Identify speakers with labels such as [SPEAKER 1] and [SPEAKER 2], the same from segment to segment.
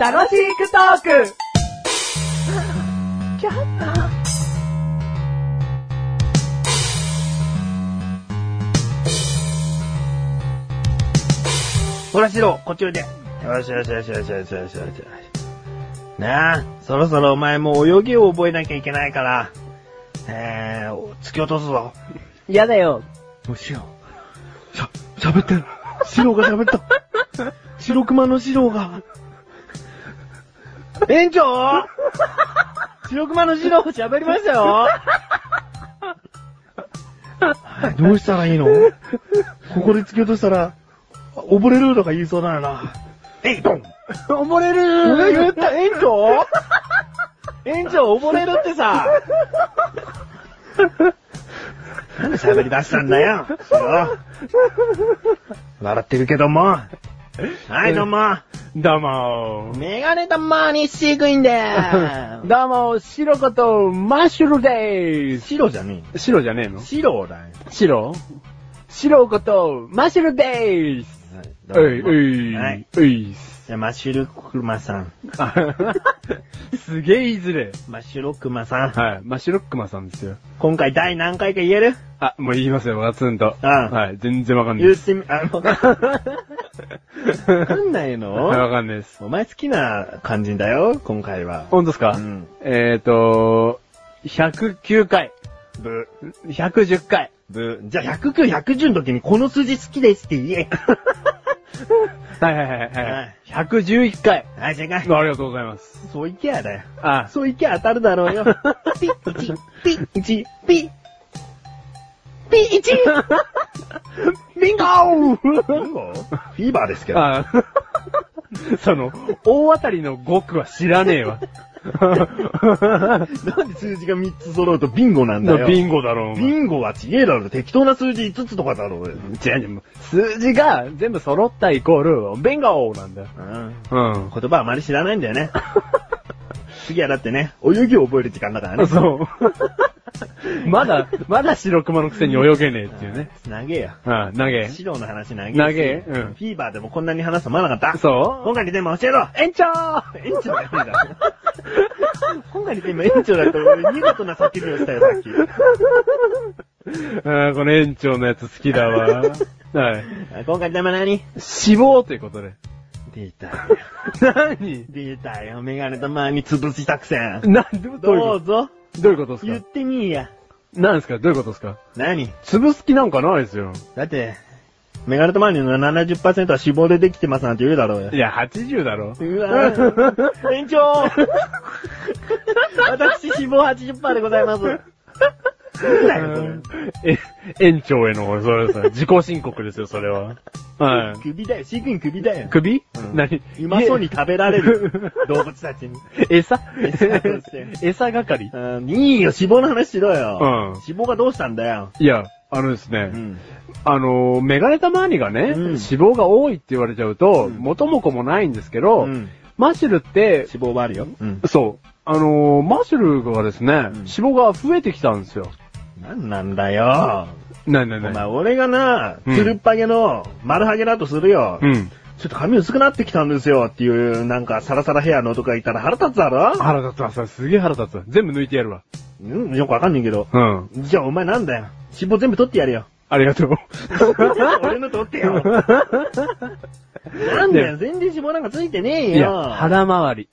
[SPEAKER 1] 楽しくトーク
[SPEAKER 2] ほらしろ、こっちおいで。よしよしよしよしよしよしよし。なあ、そろそろお前も泳ぎを覚えなきゃいけないから、えー、突き落とすぞ。
[SPEAKER 1] 嫌だよ。
[SPEAKER 2] もうしよう。しゃ、喋ってる。シロが喋った。白熊のシロが。園長白熊のシロ喋りましたよ。どうしたらいいのここで突き落としたら、溺れるとか言いそうだよな。えい、ドン
[SPEAKER 1] 溺れ
[SPEAKER 2] 俺
[SPEAKER 1] る
[SPEAKER 2] 言った、園長園長溺れるってさ。なんで喋り出したんだよ。シロ笑ってるけども。はい、どうも。
[SPEAKER 1] どうも
[SPEAKER 2] メガネとマーニッシークイーンでー
[SPEAKER 1] どうも、白子とマッシュルでー
[SPEAKER 2] す。
[SPEAKER 1] す。
[SPEAKER 2] シロじゃね
[SPEAKER 1] 白じゃねえの
[SPEAKER 2] シロだよ。
[SPEAKER 1] 白白子とマッシュルでーす。
[SPEAKER 2] どうもはい
[SPEAKER 1] い、。うい。
[SPEAKER 2] じゃあマッシュルクマさん。
[SPEAKER 1] すげえ言いづれ。
[SPEAKER 2] マッシュルクマさん。
[SPEAKER 1] はい。マシロックマさんですよ。
[SPEAKER 2] 今回第何回か言える
[SPEAKER 1] あ、もう言いますよ、ガツンと。
[SPEAKER 2] うん
[SPEAKER 1] はい。全然わかんない
[SPEAKER 2] 言
[SPEAKER 1] で
[SPEAKER 2] っ
[SPEAKER 1] す。
[SPEAKER 2] てみ、あ の、わかんない
[SPEAKER 1] はいわ
[SPEAKER 2] の
[SPEAKER 1] かんないです。
[SPEAKER 2] お前好きな感じだよ、今回は。
[SPEAKER 1] 本当ですか
[SPEAKER 2] うん。
[SPEAKER 1] えーと、109回、
[SPEAKER 2] ブ、
[SPEAKER 1] 110回。
[SPEAKER 2] ブ。じゃあ109、110の時にこの数字好きですって言え。
[SPEAKER 1] はいはいは
[SPEAKER 2] は
[SPEAKER 1] いはいい。111回。
[SPEAKER 2] はい、正解。
[SPEAKER 1] ありがとうございます。
[SPEAKER 2] そういけやだよ。
[SPEAKER 1] あ、
[SPEAKER 2] そういけ当たるだろ うよ。ピ、1、ピ、1、ピ。ピ、1!
[SPEAKER 1] ビンゴー
[SPEAKER 2] ビンゴフィーバーですけど。
[SPEAKER 1] あその、大当たりの5区は知らね えわ。
[SPEAKER 2] なんで数字が3つ揃うとビンゴなんだよ。
[SPEAKER 1] ビンゴだろ、お
[SPEAKER 2] ビ
[SPEAKER 1] 前。
[SPEAKER 2] ンゴはちげえだろ。適当な数字5つとかだろうよ。
[SPEAKER 1] 違う違うもう数字が全部揃ったイコール、ビンゴーなんだよ。
[SPEAKER 2] うん。
[SPEAKER 1] うん。
[SPEAKER 2] 言葉あまり知らないんだよね。 次はだってね、泳ぎを覚える時間だからね。
[SPEAKER 1] そう。 まだ、まだ白熊のくせに泳げねえっていうね。
[SPEAKER 2] 投げや。
[SPEAKER 1] あ投げ。
[SPEAKER 2] 指導の話投げ
[SPEAKER 1] 投げ
[SPEAKER 2] う
[SPEAKER 1] うんん。
[SPEAKER 2] フィーバーでもこんなに話すと思わなかった。う。
[SPEAKER 1] そ
[SPEAKER 2] 今回のテーマ教えろ
[SPEAKER 1] う延長
[SPEAKER 2] 園長だよ、俺ら今回のテーマ園長だったら俺見事な叫びをしたよ、さっき。
[SPEAKER 1] あーこの園長のやつ好きだわ。はい。
[SPEAKER 2] 今回のテーマ何
[SPEAKER 1] 死亡ということで。
[SPEAKER 2] 出たよ。
[SPEAKER 1] 何
[SPEAKER 2] 出たよ、メガネと前に潰し作戦。
[SPEAKER 1] なんで、どういう
[SPEAKER 2] ど
[SPEAKER 1] こ
[SPEAKER 2] うぞ、
[SPEAKER 1] とどういうことです
[SPEAKER 2] 言っ
[SPEAKER 1] か
[SPEAKER 2] てみいや。
[SPEAKER 1] 何ですかどういうことですか
[SPEAKER 2] 何
[SPEAKER 1] 潰す気なんかないですよ。
[SPEAKER 2] だって、メガネとマーニの70%は脂肪でできてますなんて言うだろうよ
[SPEAKER 1] い。や、80だろ。
[SPEAKER 2] うわ ぁ。園長私、脂肪80%でございます。なんだよ、そ
[SPEAKER 1] え、園長への、それそ れ、自己申告ですよ、それは。は
[SPEAKER 2] れ。首だよ、飼育員首だよ
[SPEAKER 1] い。。首、
[SPEAKER 2] うん
[SPEAKER 1] 何
[SPEAKER 2] うまそうに食べられ る。動物たちに。
[SPEAKER 1] 餌
[SPEAKER 2] 餌として
[SPEAKER 1] 餌係
[SPEAKER 2] うん、いいよ、脂肪の話しろよ。
[SPEAKER 1] うん
[SPEAKER 2] 脂肪がどうしたんだよ。
[SPEAKER 1] いや、あのですね、
[SPEAKER 2] ん。
[SPEAKER 1] あのー、メガネタ周りがね、
[SPEAKER 2] うん
[SPEAKER 1] 脂肪が多いって言われちゃうと、
[SPEAKER 2] うん
[SPEAKER 1] 元も子もないんですけど、
[SPEAKER 2] うん
[SPEAKER 1] マシュルって
[SPEAKER 2] 脂、肪はあるよ。うん。
[SPEAKER 1] そう、あのー、マシュルがですね、
[SPEAKER 2] ん
[SPEAKER 1] 脂肪が増えてきたんですよ。
[SPEAKER 2] なんなんだよ。
[SPEAKER 1] ないな
[SPEAKER 2] お
[SPEAKER 1] い
[SPEAKER 2] 前、
[SPEAKER 1] ない。
[SPEAKER 2] 俺がな、
[SPEAKER 1] うん
[SPEAKER 2] つるっぱげの丸ハゲだとするよ。
[SPEAKER 1] うん。
[SPEAKER 2] ちょっと髪薄くなってきたんですよっていう、なんかサラサラヘアのとか言ったら腹立つだろ
[SPEAKER 1] 腹立つわ、それすげえ腹立つわ。全部抜いてやるわ。
[SPEAKER 2] うん、よくわかんねえけど。
[SPEAKER 1] うん。
[SPEAKER 2] じゃあお前なんだよ。脂肪全部取ってやるよ。
[SPEAKER 1] ありがとう。
[SPEAKER 2] 俺の取って よ。なんだよ、全然脂肪なんかついてねえ
[SPEAKER 1] い
[SPEAKER 2] よ。
[SPEAKER 1] や、腹周り。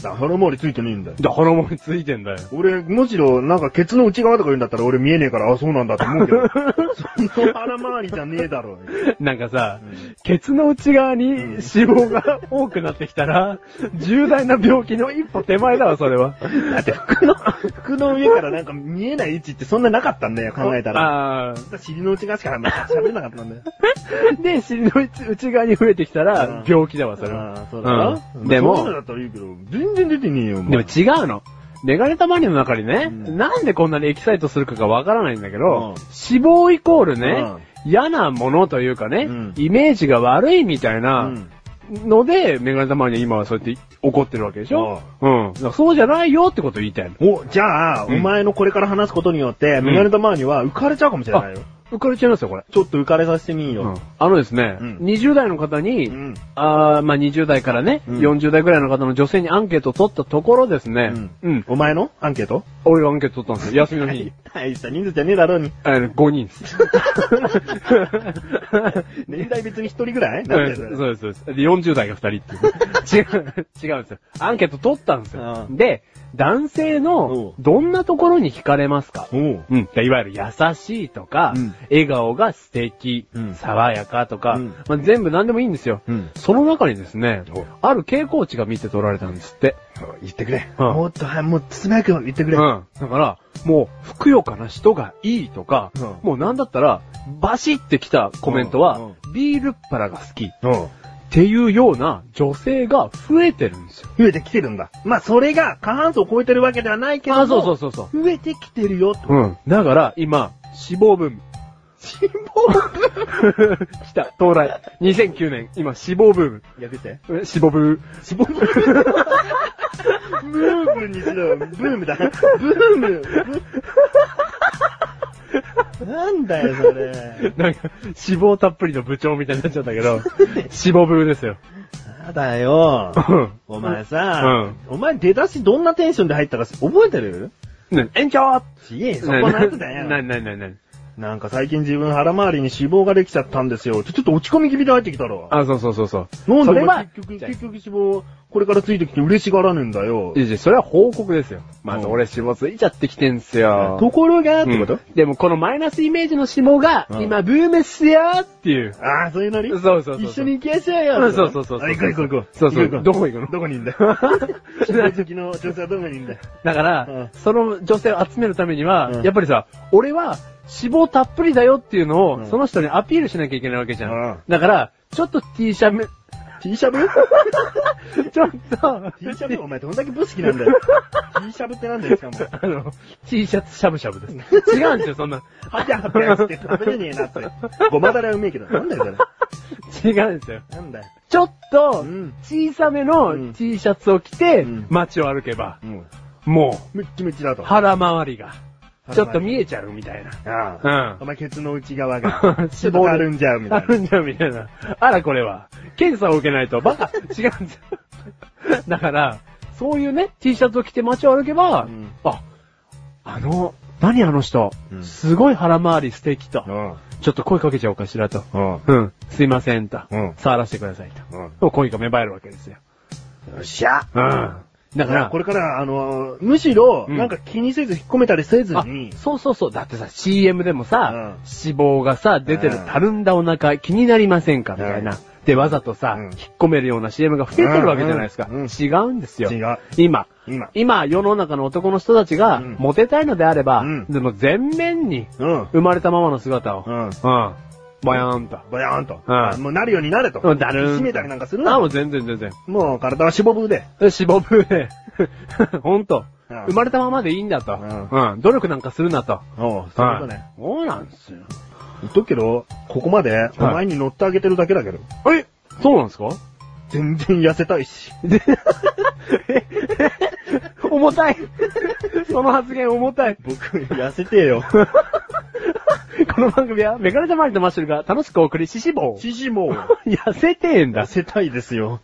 [SPEAKER 2] だ腹周りついてねえんだよ。
[SPEAKER 1] だ、腹もついてん だよ。
[SPEAKER 2] 俺、むしろ、なんか、ケツの内側とか言うんだったら俺見えねえから、あ、そうなんだと思うけど。 その腹周りじゃねえだろ。
[SPEAKER 1] なんかさ、
[SPEAKER 2] ん
[SPEAKER 1] ケツの内側に脂肪が多くなってきたら、重大な病気の一歩手前だわ、それは。
[SPEAKER 2] だって、服の、服の上からなんか見えない位置ってそんななかったんだよ、考えたら。
[SPEAKER 1] ら。ああ。
[SPEAKER 2] 尻の内側しか喋れなかったんだよ。
[SPEAKER 1] で、尻の内側に増えてきた
[SPEAKER 2] うん
[SPEAKER 1] ら、病気だわ、それ
[SPEAKER 2] あ
[SPEAKER 1] は
[SPEAKER 2] ー。そうだろ、
[SPEAKER 1] うん
[SPEAKER 2] まあ
[SPEAKER 1] でも
[SPEAKER 2] そういうのだったらいいけど、全然出てねえよ、お前
[SPEAKER 1] でも違うの。メガネたまりの中にね、
[SPEAKER 2] うん
[SPEAKER 1] なんでこんなにエキサイトするかがわからないんだけ
[SPEAKER 2] うん
[SPEAKER 1] ど、脂肪イコールね、嫌なものというかね、
[SPEAKER 2] うん。
[SPEAKER 1] イメージが悪いみたいうなんので、メガネたまりは今はそうやって怒ってるわけでしょうん。だからそうじゃないよってことを言いたいの。
[SPEAKER 2] お、じゃあ、
[SPEAKER 1] うん
[SPEAKER 2] お前のこれから話すことによって、
[SPEAKER 1] ん
[SPEAKER 2] メガネとマーニは浮かれちゃうかもしれないよ。
[SPEAKER 1] 浮かれちゃいますよ、これ。
[SPEAKER 2] ちょっと浮かれさせてみんよ。
[SPEAKER 1] あのですね、
[SPEAKER 2] うん
[SPEAKER 1] 20代の方に、
[SPEAKER 2] うん。
[SPEAKER 1] あーまあ20代からね、
[SPEAKER 2] うん
[SPEAKER 1] 40代ぐらいの方の女性にアンケートを取ったところですね、うん。
[SPEAKER 2] お前のアンケート
[SPEAKER 1] 俺がアンケート取ったんですよ、休みの日に。
[SPEAKER 2] 大した人数じゃねえだろうに。
[SPEAKER 1] あの5人です。
[SPEAKER 2] 年代別に一人ぐらい
[SPEAKER 1] そ う
[SPEAKER 2] なんだ
[SPEAKER 1] です、
[SPEAKER 2] よ
[SPEAKER 1] そうですそうです。で、40代が2人っていう ね。違う、違うんですよ。アンケート取ったんですよ。
[SPEAKER 2] うん
[SPEAKER 1] で、男性の
[SPEAKER 2] う
[SPEAKER 1] どんなところに惹かれますか
[SPEAKER 2] おう。
[SPEAKER 1] うん。いわゆる優しいとか、
[SPEAKER 2] うん
[SPEAKER 1] 笑顔が素敵、
[SPEAKER 2] うん
[SPEAKER 1] 爽やかとか、
[SPEAKER 2] うん
[SPEAKER 1] まあ、全部何でもいいんですよ。
[SPEAKER 2] うん
[SPEAKER 1] その中にですね
[SPEAKER 2] お、
[SPEAKER 1] ある傾向値が見て取られたんですって。
[SPEAKER 2] 言ってくれ。
[SPEAKER 1] うん
[SPEAKER 2] もっと、はい、もう、つなく言ってく
[SPEAKER 1] う
[SPEAKER 2] れ。
[SPEAKER 1] ん。だから、もう、ふくよかな人がいいとか、
[SPEAKER 2] うん
[SPEAKER 1] もうなんだったら、バシってきたコメントは、
[SPEAKER 2] うん
[SPEAKER 1] ビールっ腹が好きっ
[SPEAKER 2] うん。
[SPEAKER 1] ていうような女性が増えてるんですよ。
[SPEAKER 2] 増えてきてるんだ。まあ、それが過半数を超えてるわけではないけども、
[SPEAKER 1] あ、そうそうそうそ
[SPEAKER 2] 増えてきてるよ、と。
[SPEAKER 1] う。うん。だから、今、死亡分。
[SPEAKER 2] 死亡
[SPEAKER 1] 来た、到来。2009年、今、死亡ブーム。
[SPEAKER 2] やめて。
[SPEAKER 1] え死亡ブー。
[SPEAKER 2] 死亡ブーム。ブームにしろ、ブームだ。ブーム。ブなんだよ、それ。
[SPEAKER 1] なんか、脂肪たっぷりの部長みたいになっちゃったけど、脂肪ブーですよ。
[SPEAKER 2] やだよ。お前さ、お前出だしどんなテンションで入ったか覚えてる
[SPEAKER 1] ね、延長
[SPEAKER 2] ちげえ、そこのやつだ
[SPEAKER 1] な
[SPEAKER 2] よ。
[SPEAKER 1] になになになに
[SPEAKER 2] なんか最近自分腹回りに脂肪ができちゃったんですよ。ちょちょっと落ち込み気味で入ってきたろ。
[SPEAKER 1] あ、そうそうそうそう。
[SPEAKER 2] なんで
[SPEAKER 1] そ
[SPEAKER 2] お
[SPEAKER 1] れ
[SPEAKER 2] 前
[SPEAKER 1] は
[SPEAKER 2] 結局、結局脂肪、これからついてきて嬉しがらねえんだよ
[SPEAKER 1] い。やいやそれは報告ですよ。まず
[SPEAKER 2] うん
[SPEAKER 1] 俺脂肪ついちゃってきてんすよ。
[SPEAKER 2] ところが、っ
[SPEAKER 1] うん
[SPEAKER 2] てこと
[SPEAKER 1] でもこのマイナスイメージの脂肪が、
[SPEAKER 2] うん
[SPEAKER 1] 今ブームっすよーっていう。
[SPEAKER 2] ああ、そういうノリ
[SPEAKER 1] そうそうそう。
[SPEAKER 2] 一緒に行きましょうよ。
[SPEAKER 1] うんそうそうそうそ
[SPEAKER 2] あ
[SPEAKER 1] う
[SPEAKER 2] 行こう行こう行こう。
[SPEAKER 1] そうそう
[SPEAKER 2] 行こ
[SPEAKER 1] どこ行くの
[SPEAKER 2] どこにいんだよ。脂肪好きの女性はどこにいんだよ。
[SPEAKER 1] だから、
[SPEAKER 2] うん
[SPEAKER 1] その女性を集めるためには、
[SPEAKER 2] うん
[SPEAKER 1] やっぱりさ、俺は脂肪たっぷりだよっていうのを、
[SPEAKER 2] うん
[SPEAKER 1] その人にアピールしなきゃいけないわけじゃん。
[SPEAKER 2] うん
[SPEAKER 1] だから、ちょっと T シャツ、
[SPEAKER 2] T シャブ
[SPEAKER 1] ちょっと、
[SPEAKER 2] ?T シャブお前どんだけブス好きなんだよ。T シャブってなんだよ、しかも。
[SPEAKER 1] あの、T シャツしゃぶしゃぶです。違うんですよ、そんな。
[SPEAKER 2] はきゃはきゃって食べれねえなって。ごまだれはうめえけど、なんだよ、そ
[SPEAKER 1] 違うんですよ。
[SPEAKER 2] れ。なんだよ。
[SPEAKER 1] ちょっと
[SPEAKER 2] うん、
[SPEAKER 1] 小さめ
[SPEAKER 2] う
[SPEAKER 1] の
[SPEAKER 2] ん
[SPEAKER 1] T シャツを着て
[SPEAKER 2] うん、
[SPEAKER 1] 街を歩けば、
[SPEAKER 2] も
[SPEAKER 1] も
[SPEAKER 2] う、ムッチムチだ
[SPEAKER 1] う、
[SPEAKER 2] と。
[SPEAKER 1] 腹回りが、
[SPEAKER 2] 回り
[SPEAKER 1] ちょっと見えちゃうみたいな。
[SPEAKER 2] あ
[SPEAKER 1] う
[SPEAKER 2] あ。
[SPEAKER 1] ん
[SPEAKER 2] お。前、ケツの内側
[SPEAKER 1] 脂
[SPEAKER 2] が、ちょっと
[SPEAKER 1] 肪
[SPEAKER 2] た
[SPEAKER 1] で
[SPEAKER 2] るんじゃうみたい
[SPEAKER 1] た
[SPEAKER 2] な。
[SPEAKER 1] るんじゃうみたいな。あらこれは。検査を受けないとバカ違うんですよ。だから、そういうね、T シャツを着て街を歩けば、
[SPEAKER 2] うん
[SPEAKER 1] あ、あの、何あの人、
[SPEAKER 2] うん
[SPEAKER 1] すごい腹回り素敵と、
[SPEAKER 2] うん。
[SPEAKER 1] ちょっと声かけちゃおうかしらと。
[SPEAKER 2] うん。
[SPEAKER 1] うん。すいませんと。
[SPEAKER 2] うん
[SPEAKER 1] 触らせてくださいと。
[SPEAKER 2] うん
[SPEAKER 1] もう恋が芽生えるわけですよ。
[SPEAKER 2] よっしゃ。
[SPEAKER 1] だから、
[SPEAKER 2] これから、あの、むしろ、
[SPEAKER 1] うん
[SPEAKER 2] なんか気にせず引っ込めたりせず
[SPEAKER 1] あ
[SPEAKER 2] に、、
[SPEAKER 1] そうそうそう。だってさ、CM でもさ、
[SPEAKER 2] うん
[SPEAKER 1] 脂肪がさ、出てる
[SPEAKER 2] うん
[SPEAKER 1] たるんだお腹気になりませんかみたいな。
[SPEAKER 2] うん
[SPEAKER 1] で、わざとさ、
[SPEAKER 2] うん
[SPEAKER 1] 引っ込めるような CM が増えてるわけじゃないですか。
[SPEAKER 2] うんうん
[SPEAKER 1] 違うんですよ。
[SPEAKER 2] 違う
[SPEAKER 1] 今。
[SPEAKER 2] 今。
[SPEAKER 1] 今、世の中の男の人たちが、
[SPEAKER 2] うん
[SPEAKER 1] モテたいのであれば、
[SPEAKER 2] うん
[SPEAKER 1] でも全面に、
[SPEAKER 2] うん。
[SPEAKER 1] 生まれたままの姿を、
[SPEAKER 2] うん
[SPEAKER 1] バヤーンと。
[SPEAKER 2] ぼやーんと。
[SPEAKER 1] うん
[SPEAKER 2] あもうなるようになれと。
[SPEAKER 1] うんだるん。
[SPEAKER 2] 締めたりなんかする
[SPEAKER 1] あ、
[SPEAKER 2] な
[SPEAKER 1] も。う全然全然。
[SPEAKER 2] もう体はしぼぶで。
[SPEAKER 1] え死亡分 で、ほんと
[SPEAKER 2] うん、
[SPEAKER 1] 生まれたままでいいんだと。
[SPEAKER 2] うん
[SPEAKER 1] うん。努力なんかするなと。
[SPEAKER 2] おう、そういうことね。
[SPEAKER 1] そうなんですよ。
[SPEAKER 2] 言っとくけど、ここまで、お前に乗ってあげてるだけだけど。
[SPEAKER 1] えそうなんですか
[SPEAKER 2] 全然痩せたいし。
[SPEAKER 1] で 重たい。 その発言重たい。
[SPEAKER 2] 僕、痩せてえ よ。
[SPEAKER 1] この番組は、メガネたまりとマッシュルが楽しくお送り、獅子棒。
[SPEAKER 2] 獅子も、
[SPEAKER 1] 痩せてえんだ
[SPEAKER 2] 痩。せたいですよ。